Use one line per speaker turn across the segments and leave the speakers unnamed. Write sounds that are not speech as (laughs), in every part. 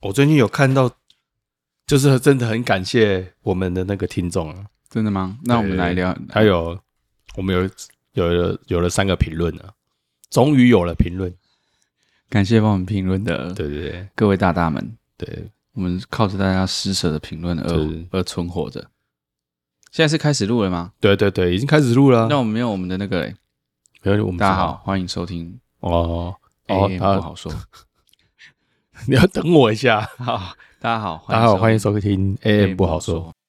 我最近有看到，就是真的很感谢我们的那个听众啊，
真的吗？那我们来聊，
还有我们有有了有了三个评论啊，终于有了评论，
感谢帮我们评论的
对对对
各位大大们，
对，
我们靠着大家施舍的评论
是
而而存活着。现在是开始录了吗？
对对对，已经开始录了啊
那，我们没有我们的那个、欸，
没有我们
大家
知
好，
道
欢迎收听。
哦
哦，
哦，
不
他
好说。
你要等我一下，
(laughs) 好，大家好，
(laughs) 大家好，欢迎
收
收听
听
AM 不好说。。
(laughs)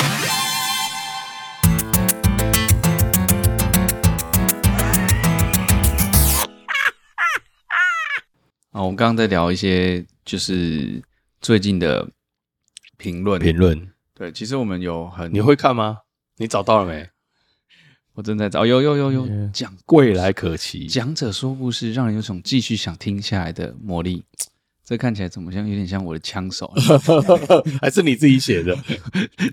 啊，我们刚刚在聊一些就是最近的评论，
评论，
对，其实我们有很，
你会看吗？你找到了没？
我正在找，哦有有有有
嗯
讲
未来可期，
讲者说故事，让人有种继续想听下来的魔力。这看起来怎么像有点像我的枪手？
(laughs) 还是你自己写的？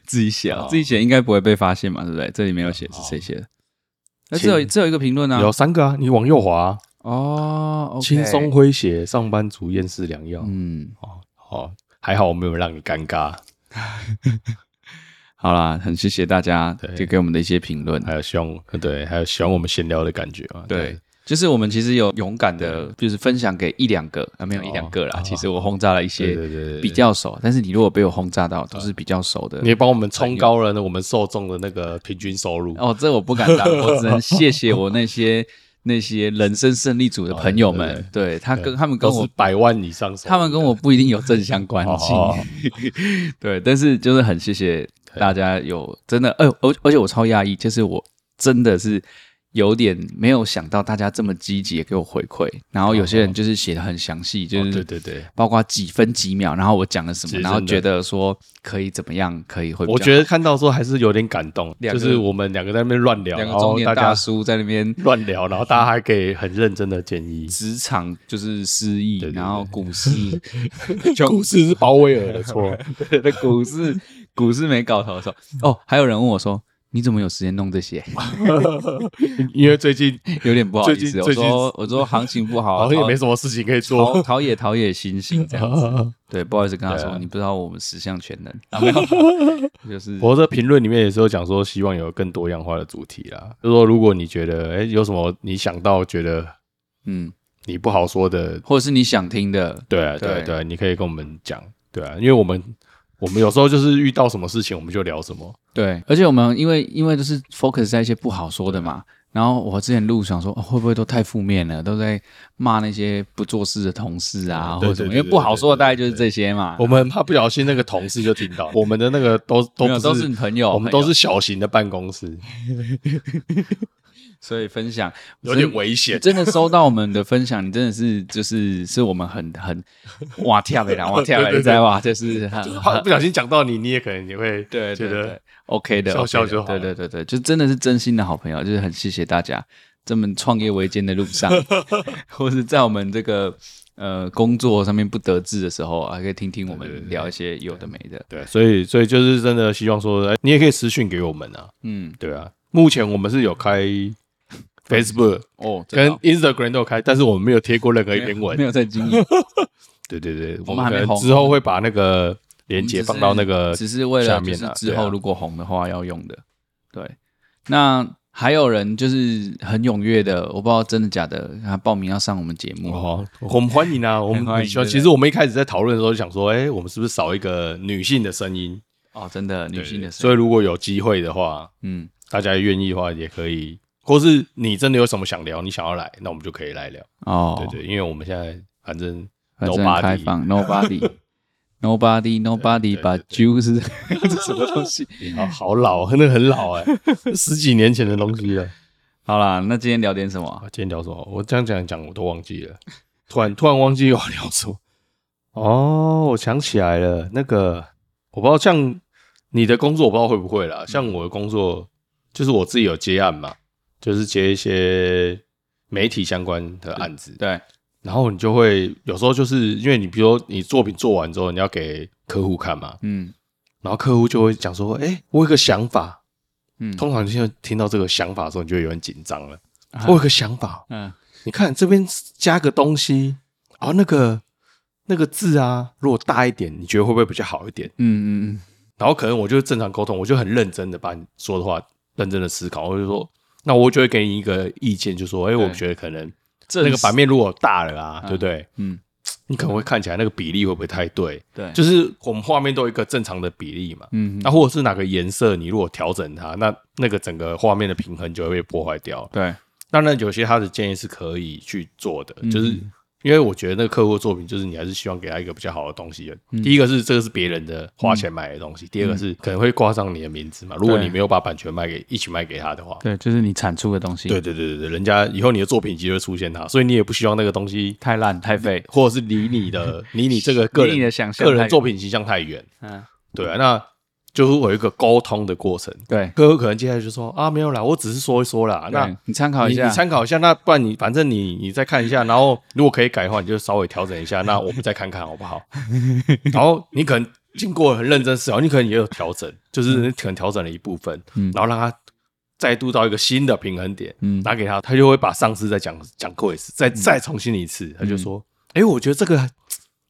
自己写啊
哦 (laughs)
自己写应该不会被发现嘛，对不对？这里没有写是谁写的，那只有
请
只有一个评论啊
哦有，三个啊，你往右滑啊，
哦，OK，
轻松诙谐，上班族厌世良药。
嗯，
哦，好，还好我没有让你尴尬，
好啦，很谢谢大家
对哎
就给我们的一些评论，
还有希望对，还有喜欢我们闲聊的感觉啊。
嗯对。就是我们其实有勇敢的，就是分享给一两个啊，没有一两个啦。
哦
其实我轰炸了一
对
些
对对对，
比较熟，但是你如果被我轰炸到，都是比较熟的
你。也帮我们冲高了呢我们受众的那个平均收入。
哦，这我不敢当，我只能谢谢我
(laughs)
那些那些人生胜利组的朋友
哦
们。对他跟他们跟
都
我
是百万以上收入，
他们跟我不一定有正相关系， (laughs)
哦
对，但是就是很谢谢大家有真的，哎呦，而而且我超讶异，就是我真的是有点没有想到大家这么积极地给我回馈，然后有些人就是写的很详细，就
哦哦对
是
对对，
包括几分几秒，然后我讲了什
是真
么，
的
然后觉得说可以怎么样，可以会比较好，
我觉得看到说还是有点感动，
两
就
个
是我们两个在那边乱聊，
两个
然
中
后哦
年
大
大
家
叔在那边
乱聊，然后大家还可以很认真的建议。
职场就是失意，
对对对
然后
(laughs)
股市
故事是鲍威尔的 (laughs) 错，
的股市， (laughs) 股市没搞头的时候，哦，还有人问我说：“你怎么有时间弄这些 (laughs)
因为最近？”
有点不好意
最
思，
近
我
最近
说：“我说行情不好
好
啊，
像也
陶
没什么事情可以
陶
做。
陶冶陶冶心性这
(laughs)
样子。”对，不好意思跟他
对
说，
啊
你不知道我们十项全能，啊没有 (laughs) 就是
我的评论里面也是有讲说，希望有更多样化的主题啦。就说如果你觉得，哎、有什么你想到觉得
嗯，
你不好说的，
或者是你想听的，
对啊，对啊
对
对啊，你可以跟我们讲，对啊，因为我们我们有时候就是遇到什么事情，我们就聊什
(laughs)
么。
对，而且我们因为因为就是 focus 在一些不好说的嘛，然后我之前录想说、哦会不会都太负面了，都在骂那些不做事的同事啊，
嗯
或
对
者什么，
对
因为
对
不好说的
对哦
大概就是这些嘛。
我们怕不小心那个同事就听
(laughs)
到，我们的那个都都
没
不
有
是
都是朋友，
我们都
朋友
是小型的办公
(laughs)
室，
所以分享
有点危险。
真的收到我们的分享，你真的是就是是我们很很哇跳北啦，哇跳北，
(laughs) 对对对
你知道吧？就是很
就是怕不小心讲到你，你也可能也会
对
觉
对
得
对，OK 的，
笑笑
OK 的
就好
对
了
对对对，就真的是真心的好朋友，就是很谢谢大家，这么创业维艰的路
(laughs)
上，或是在我们这个呃工作上面不得志的时候，啊还可以听听我
对对
们
对
聊一些有的没的，
对，所以所以就是真的希望说，哎、你也可以私讯给我们啊，
嗯，
对啊。目前我们是有
(laughs)
开 Facebook
哦，真
跟
的哦
Instagram 都有开，但是我们没有贴过任何一篇
没
文。
有在经营，
对对对，
我
我
们
们
还
可
没
能
红
之后会把那个链接放到那个
只是为了
呃下
就
面
是
啊
之
对
后
啊
如果红的话要用的。对，那还有人就是很踊跃的，我不知道真的假的，他报名要上我们节目。
哦，我们欢迎
(laughs)
啊，我们
欢迎
很希望
对对
其实我们一开始在讨论的时候就想说，哎、我们是不是少一个女性的声音？
哦，真的，女
对
性的声音，
所以如果有机会的话，
嗯，
大家愿意的话也可以，或是你真的有什么想聊，你想要来，那我们就可以来聊。
哦，
对对，因为我们现在反正
反正很开
nobody，
放，nobody。Nobody,
对
nobody, but you 是 (laughs) 这什么
(laughs)
东西？
你好啊好老， (laughs) 真的很老哎、十几年前的东西了。
好啦，那今天聊点什么啊
(laughs) 啊？，今天聊什么？我这样讲讲我都忘记 (laughs) 了，突然突然忘记要聊什么。哦，我想起来了，那个我不知道像你的工作，我不知道会不会啦。像我的工作，就是我自己有接案嘛，就是接一些媒体相关的案子。
对，
然后你就会有时候就是因为你比如说你作品做完之后，你要给客户看嘛，
嗯
然后客户就会讲说：“哎、我有个想法。”
嗯
通常就听到这个想法的时候，你就会有点紧张了。
啊
我有个想法，
嗯，
你看这边加个东西，啊，那个那个字啊，如果大一点，你觉得会不会比较好一点？
嗯嗯
然后可能我就正常沟通，我就很认真的把你说的话认真的思考，我就说，那我就会给你一个意见，就说，哎、我
对
觉得可能
这
那个版面如果大了啊，对不对？
嗯，
你可能会看起来那个比例会不会太对？
对，
就是哦我们画面都有一个正常的比例嘛，
嗯
那、或者是哪个颜色，你如果调整它，那那个整个画面的平衡就会被破坏掉。
对，
当然，有些他的建议是可以去做的，
嗯
就是因为我觉得那个客户的作品，就是你还是希望给他一个比较好的东西的。
嗯
第一个是这个是别人的花钱买的东西，第二个是可能会挂上你的名字嘛，如果
对
你没有把版权卖给一起卖给他的话，
对，就是你产出的东西，
对，对对对对，人家以后你的作品集会出现他，所以你也不希望那个东西
太烂太废，
或者是离你的离你这个个
(laughs) 离你
人
的想象
个
太
人
远
作品形象太远，
嗯，
对啊，那就是有一个沟通的过程。
对，
客户可能接下来就说啊，没有啦，我只是说一说啦。那
对你参考一
你
下
你，参考一下，那不然你反正你你再看一下，然后如果可以改的话，你就稍微调整一下，那我们再看看好不
(laughs)
好？然后你可能经过很认真思考，你可能也有调整，就是你可能调整了一部分，
嗯
然后让他再度到一个新的平衡点，
嗯
拿给他，他就会把上次再讲讲过一次，再、再重新一次，他就说，哎、我觉得这个
嗯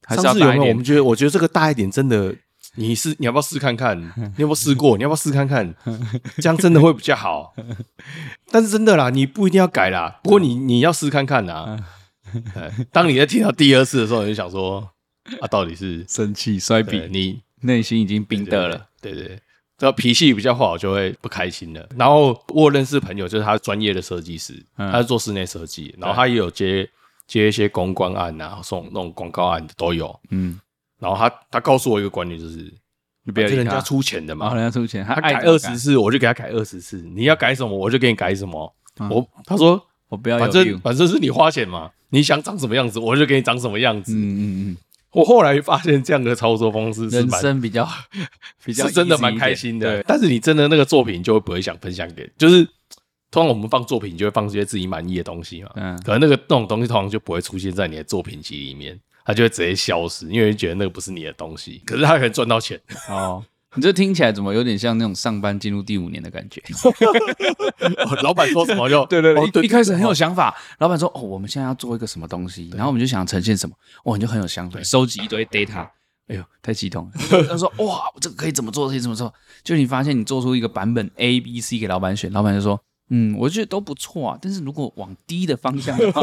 还是
上
要
次有
大
没
一
有？
点
我们觉得，我觉得这个大一点真的，你是你要不要试看看？你要不要试过？你要不要试看看？这样真的会比较
(laughs)
好。但是真的啦，你不一定要改啦，不过你你要试看看啦。哎当你在听到第二次的时候，你就想说，啊，到底是
生气摔
对
笔，
你
内心已经冰得了，，
对对对。只要脾气比较不好，就会不开心了。然后我有认识朋友，就是他专业的设计师，
嗯
他是做室内设计，然后他也有接接一些公关案啊，送那种广告案的都有。
嗯，
然后他他告诉我一个观念，就是
你不
别
要
人
理
人家
他，
出钱的
然后
嘛，
人家出钱，他
他
爱
改
怎么
二十次，我就给他改二十次，你要改什么我就给你改什么。
嗯
我他说
我不要有
反
view
正反正是你花钱嘛，你想长什么样子我就给你长什么样子。
嗯嗯嗯，
我后来发现这样的操作方式是
人
蛮
生比较 (laughs) 比较
是真的
easy
蛮
一
开
点
心的
对。
但是你真的那个作品就会不会想分享给，就是通常我们放作品就会放一些自己满意的东西嘛，
嗯
可能那个那种东西通常就不会出现在你的作品集里面，它就会直接消失，因为觉得那个不是你的东
嗯
西。可是它可能赚到钱， (laughs)
哦。你这听起来怎么有点像那种上班进入第五年的 (laughs) 感觉？
哦老板说什么
(laughs)
就哦
一一开始很有
哦
想法，老板说哦，我们现在要做一个什么东西，然后我们就想呈现什么，哇，你就很有想法，收集一堆 data。哎呦，太激 (laughs) 动了！他说：“哇，这个可以怎么做？可以怎么做？”就你发现你做出一个版本 A、B、C 给老板选，老板就说：“嗯，我觉得都不错啊，但是如果往低的方向 (laughs) 的话，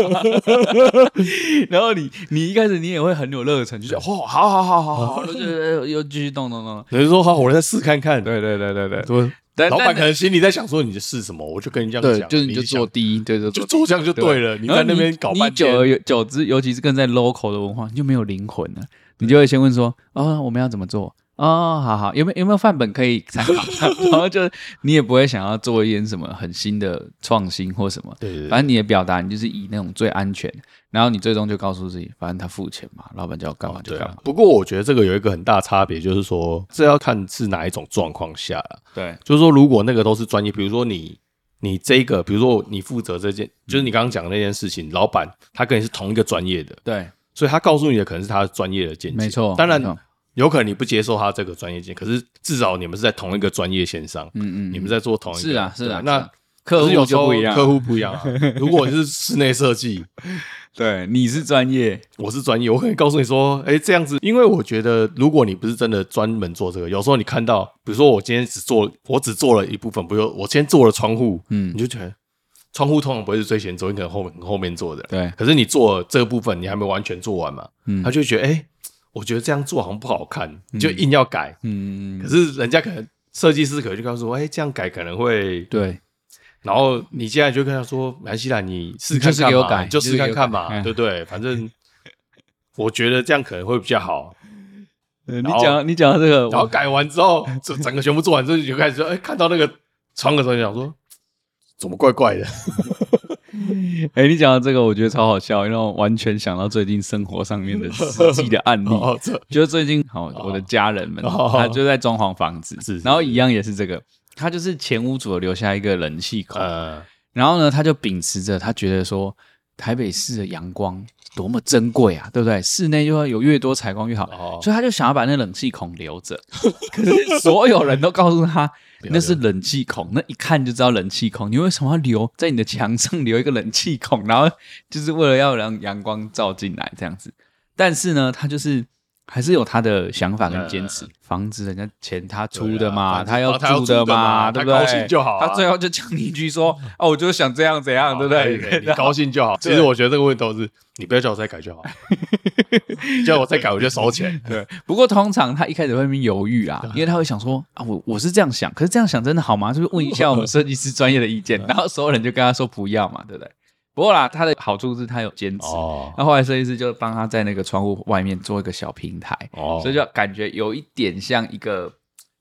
然后你你一开始你也会很有热忱，就
哦
觉得哦哇，好好好好好，又又继续动动动。
有人说好，我再试看看。
对对对对对，
对，
但
老板
但
可能心里在想说你是试什么，我就跟你这样
对，
讲，
就是你就
想
做低，对对，对
就做这样就对了。你
然后
在那边搞半
你久而
天，
有久之，尤其是更在 local 的文化，你就没有灵魂了。你就会先问说：“哦，我们要怎么做？哦，好好，有没有有没有范本可以参考？” (laughs) 然后就你也不会想要做一点什么很新的创新或什么。
对对对
反正你的表达，你就是以那种最安全，然后你最终就告诉自己，反正他付钱嘛，老板就要干嘛就
对
干
啊
嘛。。
不过我觉得这个有一个很大差别，就是说这要看是哪一种状况下啦
对，
就是说，如果那个都是专业，比如说你你这个，比如说你负责这件，就是你刚刚讲的那件事情，老板他跟你是同一个专业的，
对，
所以他告诉你的可能是他专业的见解，
没错
当然
没错
有可能你不接受他这个专业见解，可是至少你们是在同一个专业线上，
嗯嗯，
你们在做同一个，
是啊是啊
对
是啊
那
客
可是有
户
时
就
候
不一样。
客户不一样啊。如果你是室内设计， (laughs)
对，你是专业，
我是专业，我可以告诉你说，哎、这样子，因为我觉得，如果你不是真的专门做这个，有时候你看到，比如说我今天只做，我只做了一部分，比如说我今天做了窗户，
嗯
你就觉得窗户通常不会是最先做，你可能后面后面做的，
对
可是你做了这个部分，你还没完全做完嘛，
嗯
他就觉得，哎、我觉得这样做好像不好看，你就硬要改，
嗯，
可是人家可能设计师可能就告诉我，哎、这样改可能会，
对，
然后你现在就跟他说，兰西兰，你试试看
你就是
看
给我
嘛，
改
你就试试看看嘛，
你就
对不对？反正我觉得这样可能会比较好。
(laughs) 呃你
然后
讲你讲到这个，
然后
我
改完之后，整整个全部做完之后，你就开始说，哎，看到那个窗的时候，你想说怎么怪怪的？
哎、你讲到这个，我觉得超好笑，因为我完全想到最近生活上面的实际的 (laughs) 案
(laughs)
例。
哦，这
就是最近，好，我的家人们，
哦
他就在装潢房子，
是是
然后一样也是这个，他就是前屋主有留下一个冷气孔，
呃，
然后呢，他就秉持着他觉得说，台北市的阳光多么珍贵啊，对不对？室内就要有越多采光越好，
哦
所以他就想要把那冷气孔留着。 (laughs) 可是所有人都告诉他，
要
那是冷气孔，那一看就知道冷气孔。你为什么要留在你的墙上留一个冷气孔？然后就是为了要让阳光照进来这样子。但是呢，他就是还是有他的想法跟坚持
嗯。
房子人家钱他
对啊
出的嘛，
房子
要
啊他要
住的
住的嘛
对不
他
对？
高兴就好啊哦
他最后就讲你一句说：“哦，我就想这样怎样，对不对？”
哎你高兴就好。其实我觉得这个问题都是，你不要叫我再改就
(laughs)
好，叫我再改我就收钱。
对，不过通常他一开始会那边犹豫啊，因为他会想说啊，我我是这样想，可是这样想真的好吗？就是问一
(laughs)
下我们设计师专业的意
啊
见，然后所有人就跟他说不要嘛，对不对？不过啦，他的好处是他有坚持，
哦
那后来设计师就帮他在那个窗户外面做一个小平台，
哦
所以就感觉有一点像一个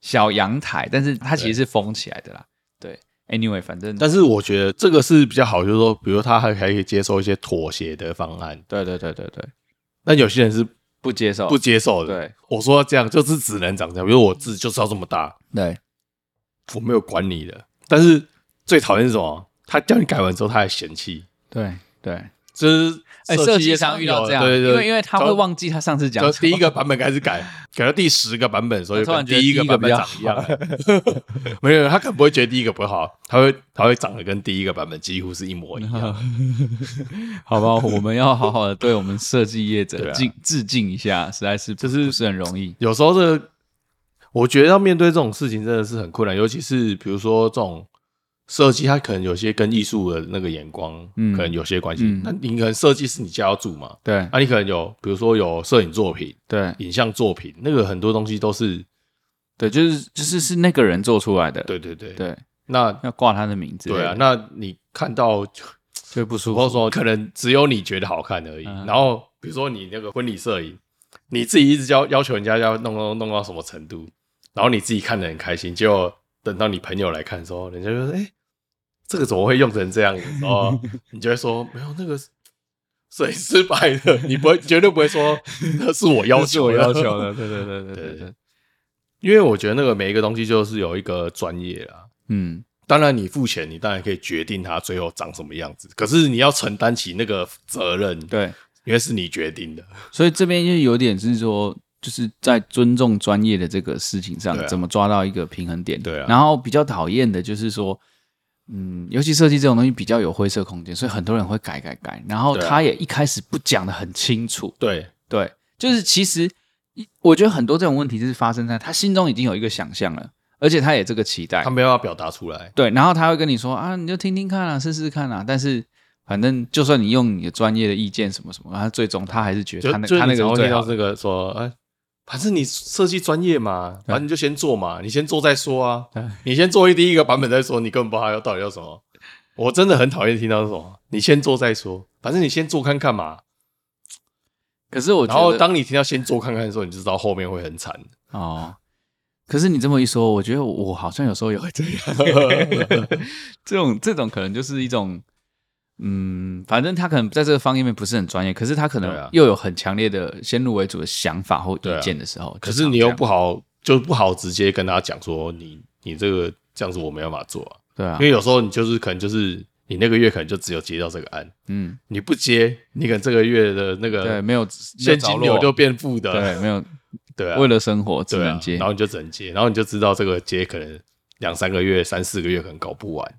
小阳台，但是它其实是封起来的啦。对，anyway，反正
但是我觉得这个是比较好，就是说，比如他还还可以接受一些妥协的方案，
对对对对对，
但有些人是
不接受，
不接受的。
哦对
我说这样就是只能长这样，比如我字就是要这么大，
对，
我没有管你的。但是最讨厌是什么？他叫你改完之后，他还嫌弃，
对对，
就是
哎，设计常遇到这样，
对对对，
因为因为他会
从
忘记他上次讲
就
什么
第一个版本开始改，改到第十个版本的时候，
我
就
突然
跟
觉得
第一个版本长一样。 (laughs) 没有，他可能不会觉得第一个不好，他会他会长得跟第一个版本几乎是一模一样。
(laughs) 好吧，我们要好好的对我们设计业
对
者
啊
敬、致敬一下，实在是就是不是很容易。
有时候这个，我觉得要面对这种事情真的是很困难，尤其是比如说这种设计，它可能有些跟艺术的那个眼光，
嗯
可能有些关系
嗯。
那、你可能设计是你家要住嘛，啊
对
那、你可能有比如说有摄影作品、
对
影像作品，那个很多东西都是
对，就是就是是那个人做出来的，
对对对。
对，
那
要挂他的名字，
对啊，，那你看到
就会不舒
主播
服。
说，可能只有你觉得好看而已。
嗯
然后比如说你那个婚礼摄影，你自己一直要要求人家要弄弄弄到什么程度，然后你自己看得很开心，结果等到你朋友来看的时候，人家就说：“哎、这个怎么会用成这样子？”
(laughs)
哦，你就会说：“没有，那个摄影师摆的，你不会绝对不会说那是我要
这是
求
我
的，
(laughs) 要求的，对对对
(laughs) 对
对对对，
因为我觉得那个每一个东西就是有一个专业啦。
嗯，
当然，你付钱，你当然可以决定它最后长什么样子。可是你要承担起那个责任，
对，
因为是你决定的。
所以这边就有点是说，就是在尊重专业的这个事情上，
对啊
怎么抓到一个平衡点？
对啊
然后比较讨厌的就是说，嗯，尤其设计这种东西比较有灰色空间，所以很多人会改改改，然后
对啊
他也一开始不讲的很清楚，
对，
对，就是其实一我觉得很多这种问题就是发生在他心中已经有一个想象了，而且他也这个期待
他，没有要表达出来。
对，然后他会跟你说啊，你就听听看啊，试试看啊，但是。反正就算你用你的专业的意见什么什么，他最终他还是觉
就
得他那
就
他那
然
个是
后
最
听
好
到
的
这个说，哎，反正你设计专业嘛，反正你就先做嘛，你先做再说啊
对。
你先做一第一个版本再说，你根本不知道它要到底要什么。我真的很讨厌听到这种，你先做再说，反正你先做看看嘛。
可是我觉
然
得，
后当你听到先做看看的时候，你就知道后面会很惨。
哦，可是你这么一说，我觉得我好像有时候也会
(laughs)
这样。这种这种可能就是一种，嗯，反正他可能在这个方面不是很专业，可是他可
对
能
啊
又有很强烈的先入为主的想法或
对啊
意见的时候。
可
就是常
你又
这样
不好，就不好直接跟他讲说你你这个这样子我没办法做啊，
对啊
因，为有时候你就是可能就是你那个月可能就只有接到这个案，
嗯，
你不接，你可能这个月的那
对，
个
没有
现金流就变负的，
对，没有
对啊，
为了生活只
对
能
啊，
接
然，后你就只能接，然后你就知道这个接可能两三个月、三四个月可能搞不完，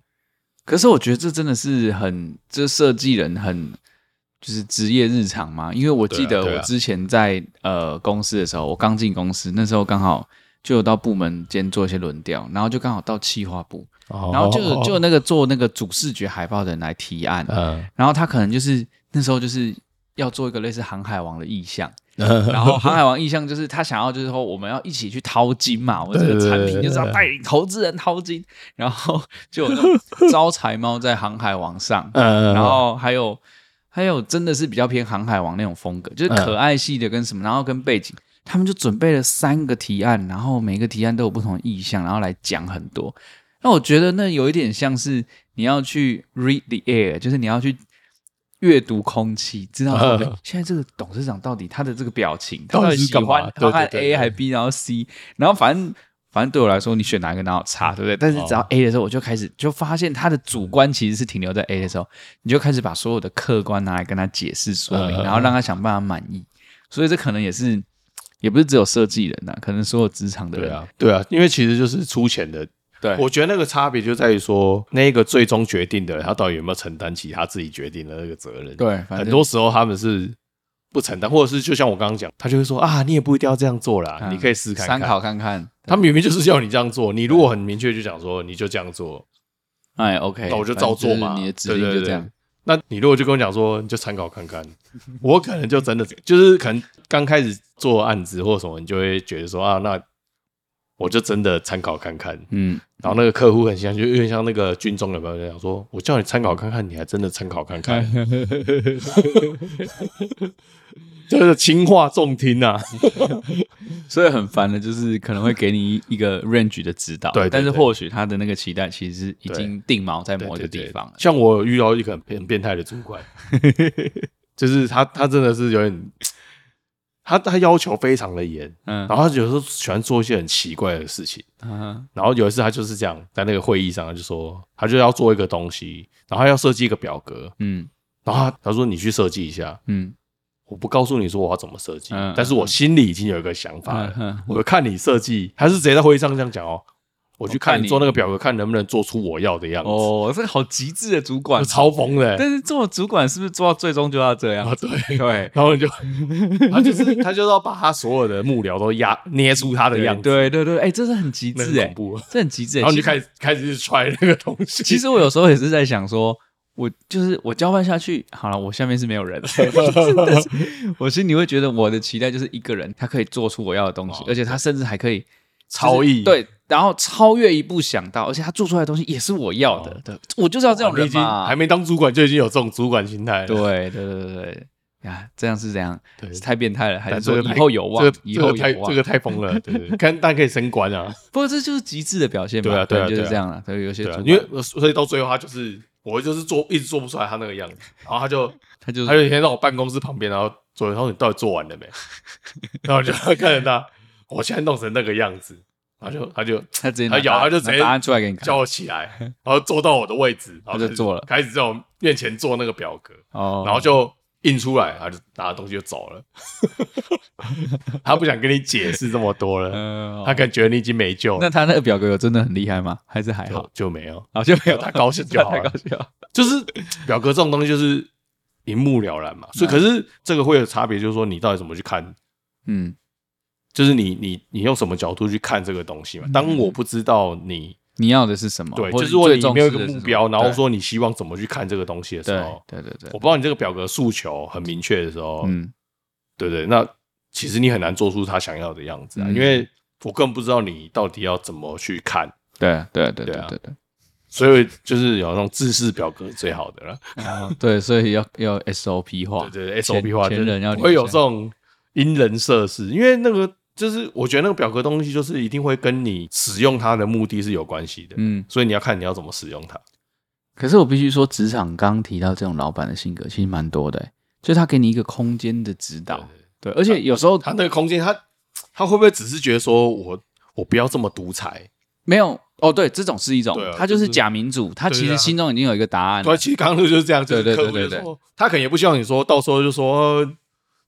可是我觉得这真的是很，这设计人很就是职业日常嘛。因为我记
对
得
啊对
我
啊
之前在、呃公司的时候，我刚进公司那时候刚好就有到部门间做一些轮调，然后就刚好到企划部，然
然
后就 (laughs) 有就有那个做那个主视觉海报的人来提案，
(laughs) 嗯，
然后他可能就是那时候就是要做一个类似航海王的意向。然后航海王意向就是他想要，就是说我们要一起去淘金嘛，我们这个产品就是要带领投资人淘金，然后就有那种招财猫在航海王上，
嗯
然后还有还有真的是比较偏航海王那种风格，
嗯
就是可爱系的跟什么，然后跟背景，他们就准备了三个提案，然后每个提案都有不同的意向，然后来讲很多。那我觉得那有一点像是你要去 read the air，就是你要去阅读空气，知道说、
嗯
哎现在这个董事长到底他的这个表情，他
到
底
底是
喜
干嘛
欢他看
对对对
A 还 B，然后 C，然后反正反正对我来说，你选哪一个哪有差，对不对？但
哦
是只要 A 的时候，我就开始就发现他的主观其实是停留在 A 的时候，你就开始把所有的客观拿来跟他解释说
嗯
明，
嗯嗯
然后让他想办法满意。所以这可能也是，也不是只有设计人呐、可能所有职场的
对
人，
啊，对啊，因为其实就是出钱的
对
我觉得那个差别就在于说，那个最终决定的人，他到底有没有承担起他自己决定的那个责任？，
对，反
很
正
多时候他们是不承担，或者是就像我刚刚讲，他就会说啊，你也不一定要这样做啦，
嗯
你可以试看看。
参考看看。
他明明就是叫你这样做，你如果很明确就讲说你就这样做，
哎，OK，
那我就照做嘛
反正就是你的指令
对对
就
对
这样。
那你如果就跟我讲说你就参考看看，我可能就真的就是可能刚开始做案子或什么，你就会觉得说啊，那我就真的参考看看。
嗯，
然后那个客户很像，就有点像那个军中的朋友讲说，我叫你参考看看，你还真的参考看
(laughs)
看，就是轻话重听啊。
所以很烦的，就是可能会给你一个 range 的指导，
(laughs) 对对
但是
对
或许他的那个期待其实已经定锚在
对
某一个
对
地
对
方了。啊
像我遇到一个很变很变态的主管， (laughs) 就是他他真的是有点，他他要求非常的严，
嗯
然后他有时候喜欢做一些很奇怪的事情。
嗯
然后有一次他就是这样，在那个会议上他就说，他就要做一个东西，然后他要设计一个表格，
嗯
然后他他说你去设计一下，
嗯
我不告诉你说我要怎么设计，
嗯
但是我心里已经有一个想法了。
嗯
我看你设计，他是直接在会议上这样讲哦，我去
我看
看
你
你做那个表格，看能不能做出我要的样子，
哦，这个好极致的主管哦
就，超疯的欸、欸哦
但是做主管是不是做到最终就要这样？
哎
对对
然后
(laughs)
你就，他就是他就是要把他所有的幕僚都压捏出他的样子，
对对对，哎，这是很极
那
致
很恐
哎，
怖。
这很极致欸。
然后你就
其实
开始开始去揣那个东西，(laughs)
其实我有时候也是在想说。我就是我交换下去，好了，我下面是没
(laughs)
有人，真的是我心里会觉得我的期待就是一个人，他可以做出我要的东西，
哦
而且他甚至还可以
超意
就是对，然后超越一步想到，而且他做出来的东西也是我要的，
哦
对，我就是要这种
你已
人
经
嘛。
还没当主管就已经有这种主管心态了。
对对对对对，呀，这样是怎样？
对
是太变态了，还
但
是
这
说
个
以
太
后有望
这个，
以后
这个太
有望？
这个太疯了，对对，对看但可以升官啊，
不过这就是极致的表现嘛，
对啊对啊
可能就是
对啊
这样了。对，有些
对啊
主，
因
管
为所以到最后他就是我就是做一直做不出来他那个样子，然后他就
他 (laughs) 就是
他有一天到我办公室旁边，然后做，然后你到底做完了没？ (laughs) 然后我就看着他，我现在弄成那个样子，然后就他就
他直接
他
拿
咬
答
他就直接
拿答案出来给你看
叫。我起来，
(laughs)
然后坐到我的位置，然后
就
开始
做了
开始在我面前做那个表格，
哦，
然后就印出来，他就拿东西就走
(laughs)
了。他不想跟你解释这么多了，
嗯，
他可能觉得你已经没救
那
了，
他那个表格有真的很厉害吗？还是还好
就？就没有。
啊，就没有
他高兴就好
(laughs) 太
了
高兴了。
就是表格这种东西就是一目了然嘛，所以可是这个会有差别，就是说你到底怎么去看
嗯，
就是你你你用什么角度去看这个东西
嗯
嘛？当我不知道你、
你要的是什么？
对，
哦或
就
者
是说
最
你
重
没有一
视
个
的是
目
什么
标，然后
对
说你希望怎么去看这个东西的时候，
对对对
我
对，
不知道你这个表格诉求很明确的时候，
嗯
对不对？那其实你很难做出他想要的样子啊，
嗯
因为我更不知道你到底要怎么去看，
对对对
对
对
啊
对对。
所以就是有那种制式表格是最好的了，
哦，对，所以要要 SOP
(laughs)
化，
对对
前
，SOP 化
前人要
就是不会有
留
这
下
种因人设事，因为那个就是我觉得那个表格东西就是一定会跟你使用它的目的是有关系的，
嗯，
所以你要看你要怎么使用它。
可是我必须说，职场刚刚提到这种老板的性格，其实蛮多的欸，就是他给你一个空间的指导，对，而且有时候
他那个空间，他他会不会只是觉得说我我不要这么独裁？
没有哦，对，这种是一种
对，啊
他就
就是是
假民主，他
对
其实
啊
心中已经有一个答案
对啊，
了，
其实刚刚就是这样，就
嗯对对
是
对
客户
对
就
对
说他可能也不希望你说到时候就说呃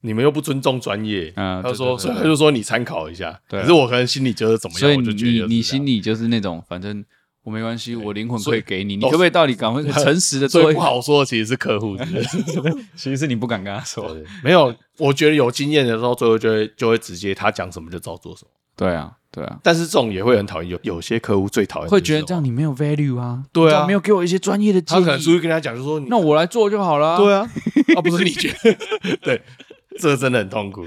你们又不尊重专业，
嗯
他
对
就说
对对
所以
对
他就说你参考一下，
对啊
可是我可能心里觉得怎么
所
样，
以
我就觉得
你你
是这样
心里就是那种，反正我没关系，我灵魂
所
可以
以
给你，你
都
可
是
不可以到底赶
(laughs)
快诚实的做
最
一
不
个？
好说的其实是客户，是不是
(laughs) 其实是你不敢跟他说，
对没有，我觉得有经验的时候，最后就会就会直接他讲什么就照做什么。
对啊，对啊，
但是这种也会很讨厌，有有些客户最讨厌
会觉得
就是
这
种
样你没有 value 啊，
对啊
你怎么没有给我一些专业的建
他可能出
议，
去跟他讲，就说你
那我来做就好了，
对啊，啊不是你觉得，对，这真的很痛苦。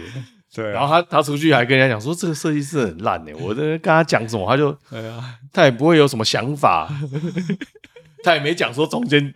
对啊
然后他他出去还跟人家讲说这个设计师很烂呢、我在那跟他讲什么，他就
对啊，
他也不会有什么想法，他也没讲说中间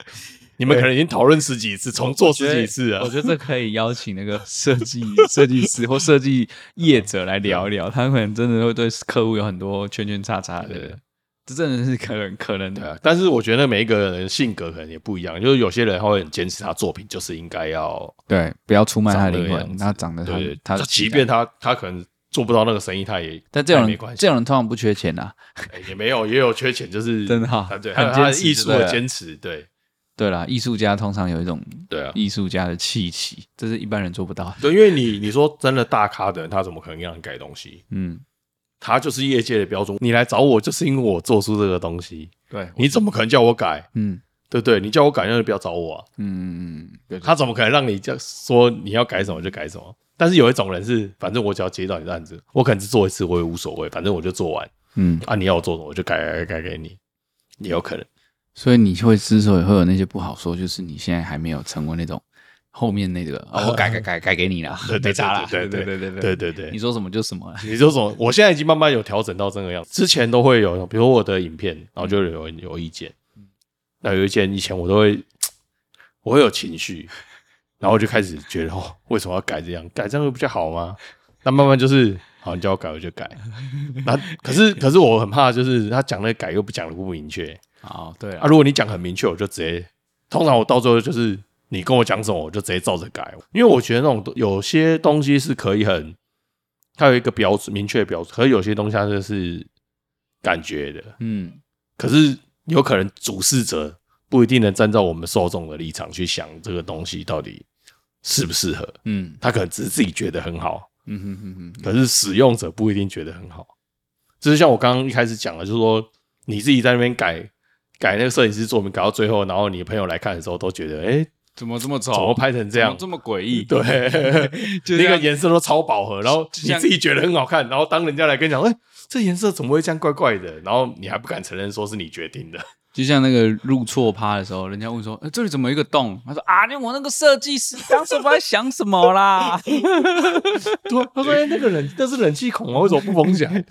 你们可能已经讨论十几次，重做十几次
我
啊。
觉得这可以邀请那个设计设计师或设计业者来聊
嗯
一聊，他可能真的会对客户有很多圈圈叉叉
对
的，这真的是可能可能
对啊，但是我觉得每一个人性格可能也不一样，就是有些人他会很坚持他作品就是应该要
对，不要出卖他
长
的
那个
灵魂，
样子
他长得他
对，
他
他即便他他可能做不到那个生意，他也
但这种
哎他也没
人
关系
这种人通常不缺钱啊，
哎也没有也有缺钱，就是
真的哈
啊对，
很
还有他的
坚持
艺术
对
的
了
坚持，对
对啦，艺术家通常有一种
对啊，
艺术家的气息，这是一般人做不到的，
对，因为你你说真的大咖的人，他怎么可能让你改东西？
嗯，
他就是业界的标准。你来找我，就是因为我做出这个东西，
对，
你怎么可能叫我改？
嗯，
对不对？你叫我改，那就不要找我啊。
嗯，对对
他怎么可能让你叫说你要改什么就改什么？但是有一种人是，反正我只要接到你的案子，我可能只做一次，我也无所谓，反正我就做完
嗯，
啊。你要我做什么，我就改改改改给你，也有可能。
所以你会之所以会有那些不好说，就是你现在还没有成为那种后面那
(laughs)
个，哦，我改改改改给你了，
对对
没差啦，
对
对
对
对对
对对对，
你说什么就什么了，
你这种，我现在已经慢慢有调整到这个样子。之前都会有，比如说我的影片，然后就有人有意见，那有意见以前我都会，我会有情绪，然后我就开始觉得哦，为什么要改这样？改这样会比较好吗？那慢慢就是，好，你叫我改我就改。那可是可是我很怕，就是他讲的改又不讲的不明确
哦，对
啊。
啊，
如果你讲很明确，我就直接，通常我到最后就是你跟我讲什么，我就直接照着改，因为我觉得那种有些东西是可以很它有一个标准，明确的标准，可是有些东西它就是感觉的，
嗯，
可是有可能主事者不一定能站在我们受众的立场去想这个东西到底适不适合，
嗯，
他可能只是自己觉得很好，
嗯哼哼哼，
可是使用者不一定觉得很好。就是像我刚刚一开始讲的，就是说你自己在那边改改那个摄影师作品，改到最后，然后你朋友来看的时候都觉得，哎、
怎么这么丑？
怎么拍成这
哦怎
样
么？这么诡异？
对，
就
那个
像
颜色都超饱和，然后
就
你
像
自己觉得很好看，然后当人家来跟你讲，哎、这颜色怎么会这样怪怪的？然后你还不敢承认说是你决定的， (laughs)
就像那个入错趴的时候，人家问说：“呃，这里怎么有一个洞？”他说：“啊，那我那个设计师当时不在想什么
(laughs)
啦。
对啊，他说：“哎、那个冷，那是冷气孔啊，为什么不封起来？”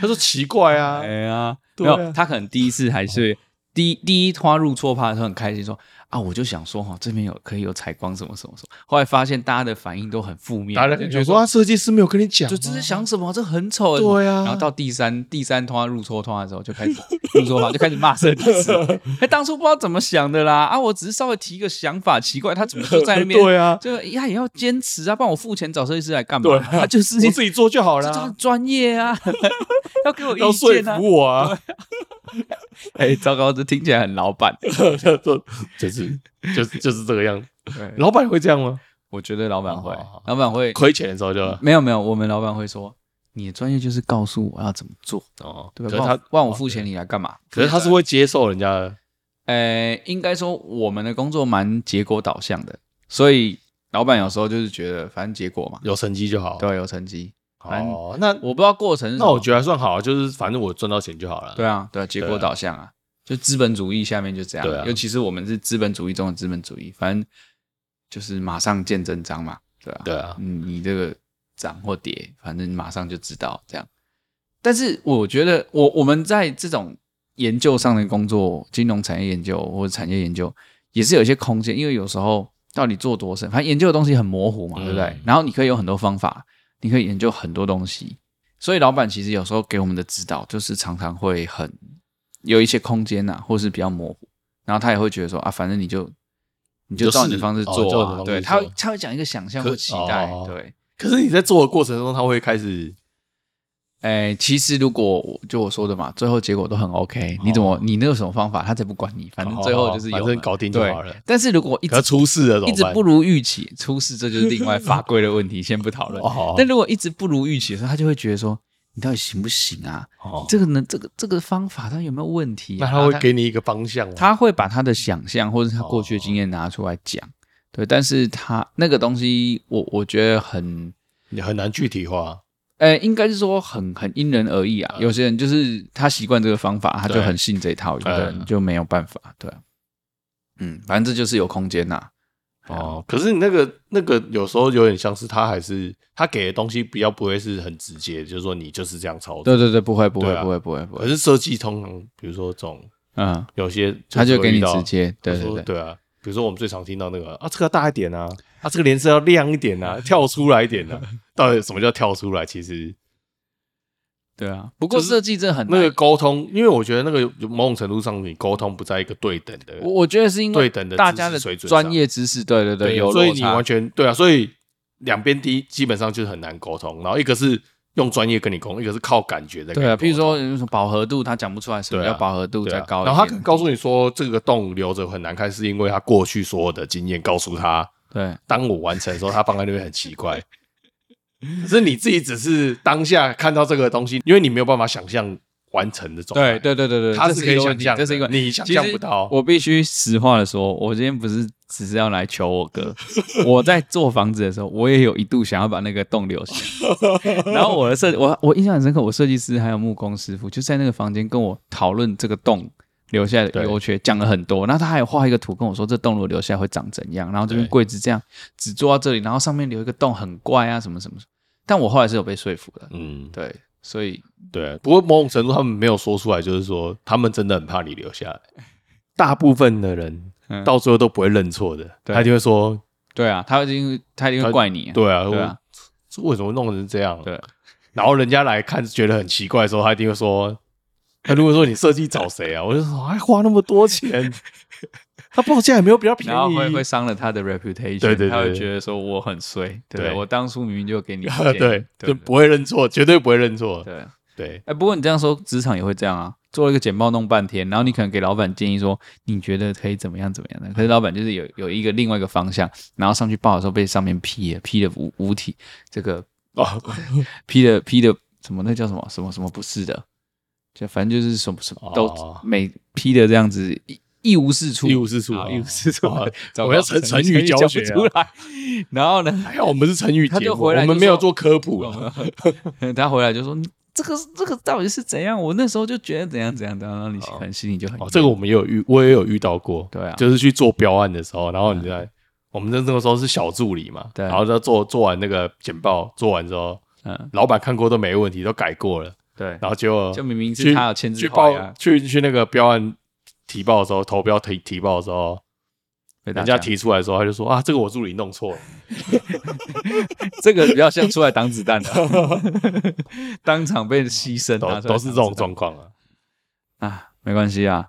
他说：“奇怪”啊
哎，呀，没
对啊哦
有，他可能第一次还是第一第一趴入错趴的时候很开心说，啊，我就想说哈，这边有可以有采光什么什么什么。后来发现大家的反应都很负面，
大家感
就觉
觉
得
说啊，设计师没有跟你讲吗，
就这是想什么，这很丑。
对啊
然后到第三第三通话入错通话的时候，就开始入错
(laughs)
话，就开始骂设计师。哎，当初不知道怎么想的啦，啊，我只是稍微提一个想法，奇怪，他怎么就在那边？
对 (laughs) 啊
就他也要坚持啊，帮我付钱找设计师来干嘛？
对啊
他就是
我自己做就好
这
啦、
他很专
(laughs)
业啊，要给我
要
意
说
见啊。
服我啊，
哎，糟糕，这听起来很老
(laughs)
板。
就是就是就是这个样子。老板会这样吗？
我觉得老板会
好好好，
老
(laughs)
板会
亏钱的时候就
没有没有，我们老板会说，你的专业就是告诉我要怎么做，
哦，
对
可
吧？
是
不然
他哦
我，不然我付钱你来干嘛？
可是他是会接受人家的
呃，应该说我们的工作蛮结果导向的，所以老板有时候就是觉得反正结果嘛，
有成绩就好。
对，有成绩。反正
哦，那
我不知道过程是什
哦那
么，
我觉得还算好，啊就是反正我赚到钱就好了。
对啊，对啊，结
对
果
啊
导向啊，就资本主义下面就这样。
对啊
尤其是我们是资本主义中的资本主义，反正就是马上见真章嘛，对啊，
对啊，
嗯，你这个涨或跌，反正马上就知道这样。但是我觉得我，我们在这种研究上的工作，金融产业研究或者产业研究，也是有一些空间，因为有时候到底做多深，反正研究的东西很模糊嘛，
嗯
对不对？然后你可以有很多方法，你可以研究很多东西，所以老板其实有时候给我们的指导，就是常常会很有一些空间呐、或是比较模糊，然后他也会觉得说啊，反正你就。你就
就
照你的
试
方式
哦
做
照你
啊，
的方式
对，他会
做
他会讲一个想象
可
或期待，
哦
对，
可是你在做的过程中，他会开始
哎，其实如果我就我说的嘛，最后结果都很 OK，、你怎么你那有什么方法，他才不管你，反正最后就是有了、
哦反正搞定就
对
好了。
但是如果一
可是
直
出事了怎
一
么
直
办？
不如预期，出事这就是另外法规的问题，先不讨论。
哦
但如果一直不如预期的时候，他就会觉得说，你到底行不行啊？
哦
这个呢，这个这个方法它有没有问题啊、
那他会给哦你一个方向吗？
他会把他的想象或者是他过去的经验拿出来讲，对，但是他那个东西我，我觉得很
你很难具体化。
呃，应该是说很很因人而异啊。有些人就是他习惯这个方法，他就
嗯对
很信这一套；有的人
嗯
就没有办法。对啊，嗯，反正这就是有空间呐、啊
哦，可是你那个那个有时候有点像是他还是他给的东西比较不会是很直接，就是说你就是这样操作。
对对对，不会不会
对啊
不会不会不
可
会，
是设计通常，比如说这种
嗯，
有些
他
是
就
会
给你
遇到
直，接，对
他说
对对，
对啊，比如说我们最常听到那个啊，这个要大一点啊，啊这个颜色要亮一点啊，跳出来一点啊。到底什么叫跳出来？其实
对啊。不过设计真的很
那
难
个，沟通，因为我觉得那个有某种程度上你沟通不在一个对等的，
我我觉得是因
对
为
等的
大
知
家
识
的
水准
专
上
业知识，对对对，有
所以
落
你
差
完全对啊，所以两边第一基本上就是很难沟通，然后一个是用专业跟你沟通，一个是靠感觉在跟
对
你
啊。
沟通
譬如说有什么饱和度，他讲不出来什么
对啊
叫饱和度
对
才
啊
高一
然后他可
点
能告诉你说这个洞留着很难看，是因为他过去所有的经验告诉他，
对
当我完成的时候，他放在那边很奇怪。 (laughs) 可是你自己只是当下看到这个东西，因为你没有办法想象啊完成的状态。
对对对对对，
它
这
是
是
可
一
以
个问
想
题
象，的
这是一个问题
你想
其
象
实
不到
我必须实话的说，我今天不是只是要来求
(laughs)
我哥。我在做房子的时候，我也有一度想要把那个洞留下。然后我的设，我我印象很深刻，我设计师还有木工师傅就在那个房间跟我讨论这个洞留下来的
对
优缺，讲了很多。然后他还有画一个图跟我说，这洞如果留下来会长怎样。然后这边
对
柜子这样只做到这里，然后上面留一个洞很怪啊，什么什么。但我后来是有被说服的，
嗯，
对，所以
对。不过某种程度他们没有说出来，就是说他们真的很怕你留下
(laughs)
来。大部分的人
嗯
到最后都不会认错的，
对
他就会说
对啊，他一定他一定会
他
怪你啊、：“
对啊，
对啊
我这为什么弄成这样？”
对。
然后人家来看觉得很奇怪的时候，他一定会说：“他如果说你设计找谁啊？”我就说：“还花那么多
(laughs)
钱，他报价也没有比较便
然后会
(laughs) 宜。
会伤了他的 reputation，
对对对
他会觉得说我很衰，对不对？
对
我当初明明就给
(laughs)
你
对”
对
就
对
不会认错，绝对不会认错。
对。
对，
哎，不过你这样说，职场也会这样啊。做了一个简报弄半天，然后你可能给老板建议说，你觉得可以怎么样怎么样的，可是老板就是有有一个另外一个方向，然后上去报的时候被上面批了，批了五五体，这个
哦，
批了批的什么那叫什么什么什么不是的，就反正就是什么什么都
哦
每批的这样子一 (laughs) 一无是处，
一无是处
啊
哦
一无是 (laughs) 处
哦。
糟糕
我要成成语教学啊
成语不出来， (laughs) 然后呢，
还好哎我们是成语
他
节
就
目，
回
我
来就
们没有
说哦
做科普了。
(laughs) 他回来就说这个这个到底是怎样？我那时候就觉得怎样怎样，然后你可能心里就很
哦，这个我们也有遇，我也有遇到过。
对啊
就是去做标案的时候，然后你在、我们那那个时候是小助理嘛，
对
然后就做做完那个简报，做完之后，
嗯
老板看过都没问题，都改过了，
对，
然后结果
就明明是
去
他有签字
去
画
报
呀，
去去那个标案提报的时候，投标提提报的时候，
被大
人家提出来的时候，他就说啊，这个我助理弄错了，
这个比较像出来挡子弹的， (laughs) 当场被牺牲，拿
都
出来
都是这种
挡子弹
状况啊。
啊，没关系啊，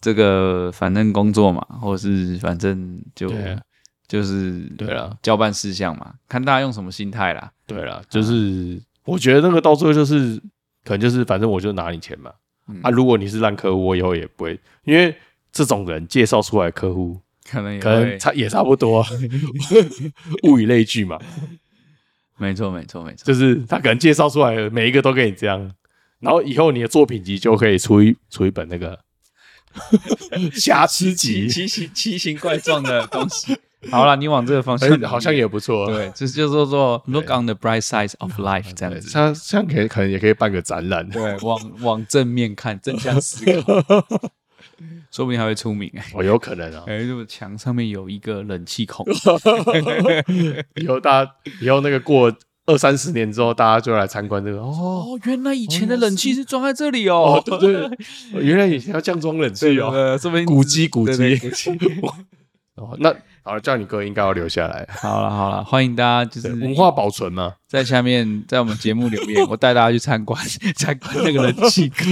这个反正工作嘛，或者是反正就
对啊
就是
对啊啦，
交办事项嘛，看大家用什么心态啦。
对啦，就是、我觉得那个到最后就是可能就是反正我就拿你钱嘛。
嗯
啊，如果你是烂客户，我以后也不会，因为这种人介绍出来的客户，
可能也
可能
会，
差也差不多，啊 (laughs) 物以类聚嘛，
没错没错没错，
就是他可能介绍出来的每一个都跟你这样，然后以后你的作品集就可以出一出一本那
(laughs)
个瑕疵集，
奇奇奇形怪状的东
(laughs)
西。好啦，你往这个方向
哎
努力，
好像也不错。
对，就是就是
(laughs)
说说 look on the bright side of life 这样
对，
子。
他这样可以可能也可以办个展览。
对，往往正面看，正向思
(laughs)
考，说不定还会出名哎、
哦，有可能啊！
哎、这个墙上面有一个冷气孔，
以后大家以后那个过二三十年之后，大家就来参观这个哦
哦，原来以前的冷气是装在这里哦
哦，，对对，对原来以前要降装冷气哦，
呃，说不定
古迹古
对对
迹。哦，那好，叫你哥应该要留下来，
好了好了，欢迎大家就
对，
是
文化保存嘛，
在下面在我们节目留言，
(laughs)
我带大家去参观 (laughs) 参观那个冷气孔。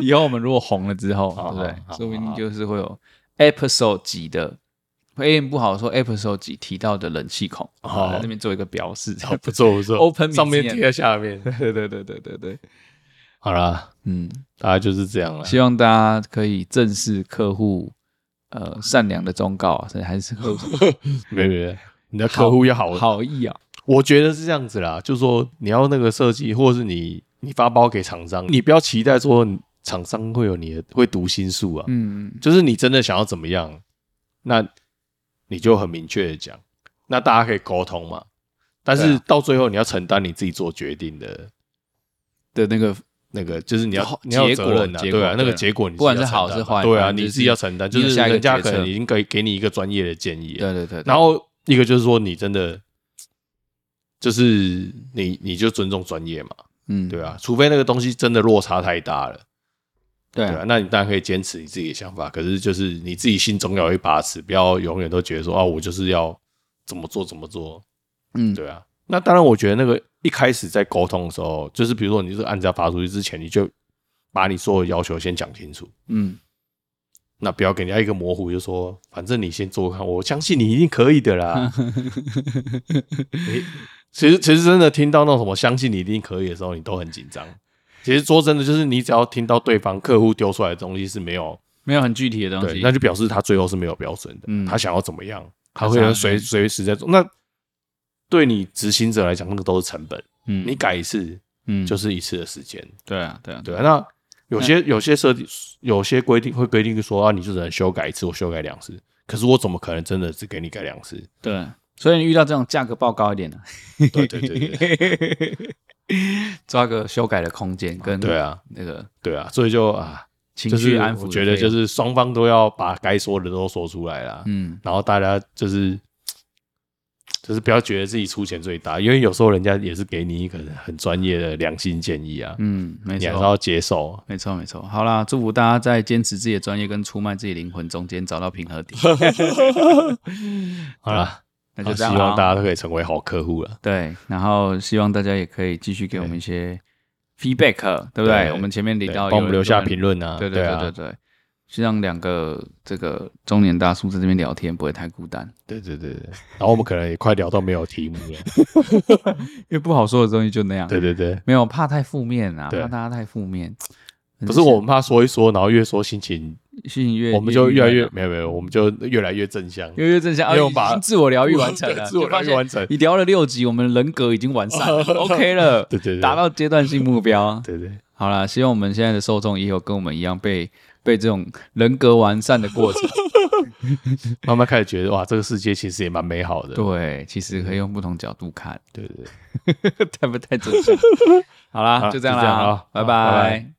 以后我们如果红了之后，对
好
不
好好
对？说不定就是会有 episode 几的。A M 不好说，episode 几提到的冷气孔，
好
在那边做一个表示。
哦 (laughs) 不错不错
Open
上面
museum
贴下面，
对对对对对对，
好啦，
嗯，
大概就是这样了。
希望大家可以正视客户呃善良的忠告，还是客户
没没没，你的客户要好，
好意啊。
我觉得是这样子啦，就是说你要那个设计，或者是你你发包给厂商，你不要期待说你厂商会有你的会读心术啊，
嗯，
就是你真的想要怎么样，那你就很明确的讲，那大家可以沟通嘛。但
对
是
啊
到最后，你要承担你自己做决定的
的那个
那个，就是你要
后
你要有
结果
责任啊，
结果
对啊，那个
对
结果你
不管是
自己要承
好
担
是
嘛
坏
对啊，
反正
你
就是
自己要承担，就
你有
是
下一个
人家
决
可
策
能已经给给你一个专业的建议了，
对对对，对
然后一个就是说，你真的就是你你就尊重专业嘛，
嗯
对啊，除非那个东西真的落差太大了，
对
对
啊
啊，那你当然可以坚持你自己的想法，可是就是你自己心中要有一把尺，不要永远都觉得说啊，我就是要怎么做怎么做，
嗯
对啊。那当然，我觉得那个一开始在沟通的时候，就是比如说你这个案子要发出去之前，你就把你所有要求先讲清楚，
嗯
那不要给人家一个模糊，就说反正你先做看，我相信你一定可以的
(laughs)
啦。诶其实其实真的听到那种什么相信你一定可以的时候，你都很紧张。其实说真的，就是你只要听到对方客户丢出来的东西是没有
没有很具体的东
对，
西，
那就表示他最后是没有标准的，
嗯
他想要怎么样，
他
他会
想嗯
随随时在做。那对你执行者来讲，那个都是成本，
嗯
你改一次
嗯
就是是一次的时间，
对啊对啊
对啊。那有些有些设定，有些规定会规定说啊，你就只能修改一次，我修改两次。可是我怎么可能真的只给你改两
(laughs)
次？
对，所以你遇到这种价格报高一点的、 (laughs)
对对对对对
抓个修改的空间跟
对啊，
那个
对啊，所以就啊，
情
就是
绪安抚
我
的费
觉
用，
得就是双方都要把该说的都说出来啦。
嗯，
然后大家就是就是不要觉得自己出钱最大，因为有时候人家也是给你一个很专业的良心建议啊，
嗯，没
你还是
错，
要接受啊。
没错，没错。好啦，祝福大家在坚持自己的专业跟出卖自己灵魂中间找到平衡
(laughs)
点。
好啦，
(laughs) 那就这
希
样啊
望
家
大家都可以成为好客户了。
对，然后希望大家也可以继续给我们一些 feedback，对不对？
对
我们前面提
对
到，
帮我们留下评。论啊，
对
对
对对
啊
对对，是让两个这个中年大叔在这边聊天不会太孤单，
对对对对。然后我们可能也快聊到没有题目
(laughs)
了。
因为不好说的东西就那样。
对对对，
没有怕太负面啊，
对
怕大家太负面。
不是我们怕说一说，然后越说心情，
心情嗯越
我们就越来越
越
没有没有，我们就越来越正向。
越越正向，啊
因为我
已
把
经自我疗愈
(laughs)
完成
对
了，
自我疗愈完成
就发现你聊了六集，我们人格已经完善
(laughs)
了，OK 了，
对对对
达到阶段性目标。
(laughs) 对对，
好啦，希望我们现在的受众也有跟我们一样被被这种人格完善的
(laughs)
过程。
慢慢开始觉得哇，这个世界其实也蛮美好的。
对，其实可以用不同角度
(laughs)
看，
对对对，
太不太正向？好啦，
好
就这样
就这样
啦
啊，
拜
好拜
拜
拜。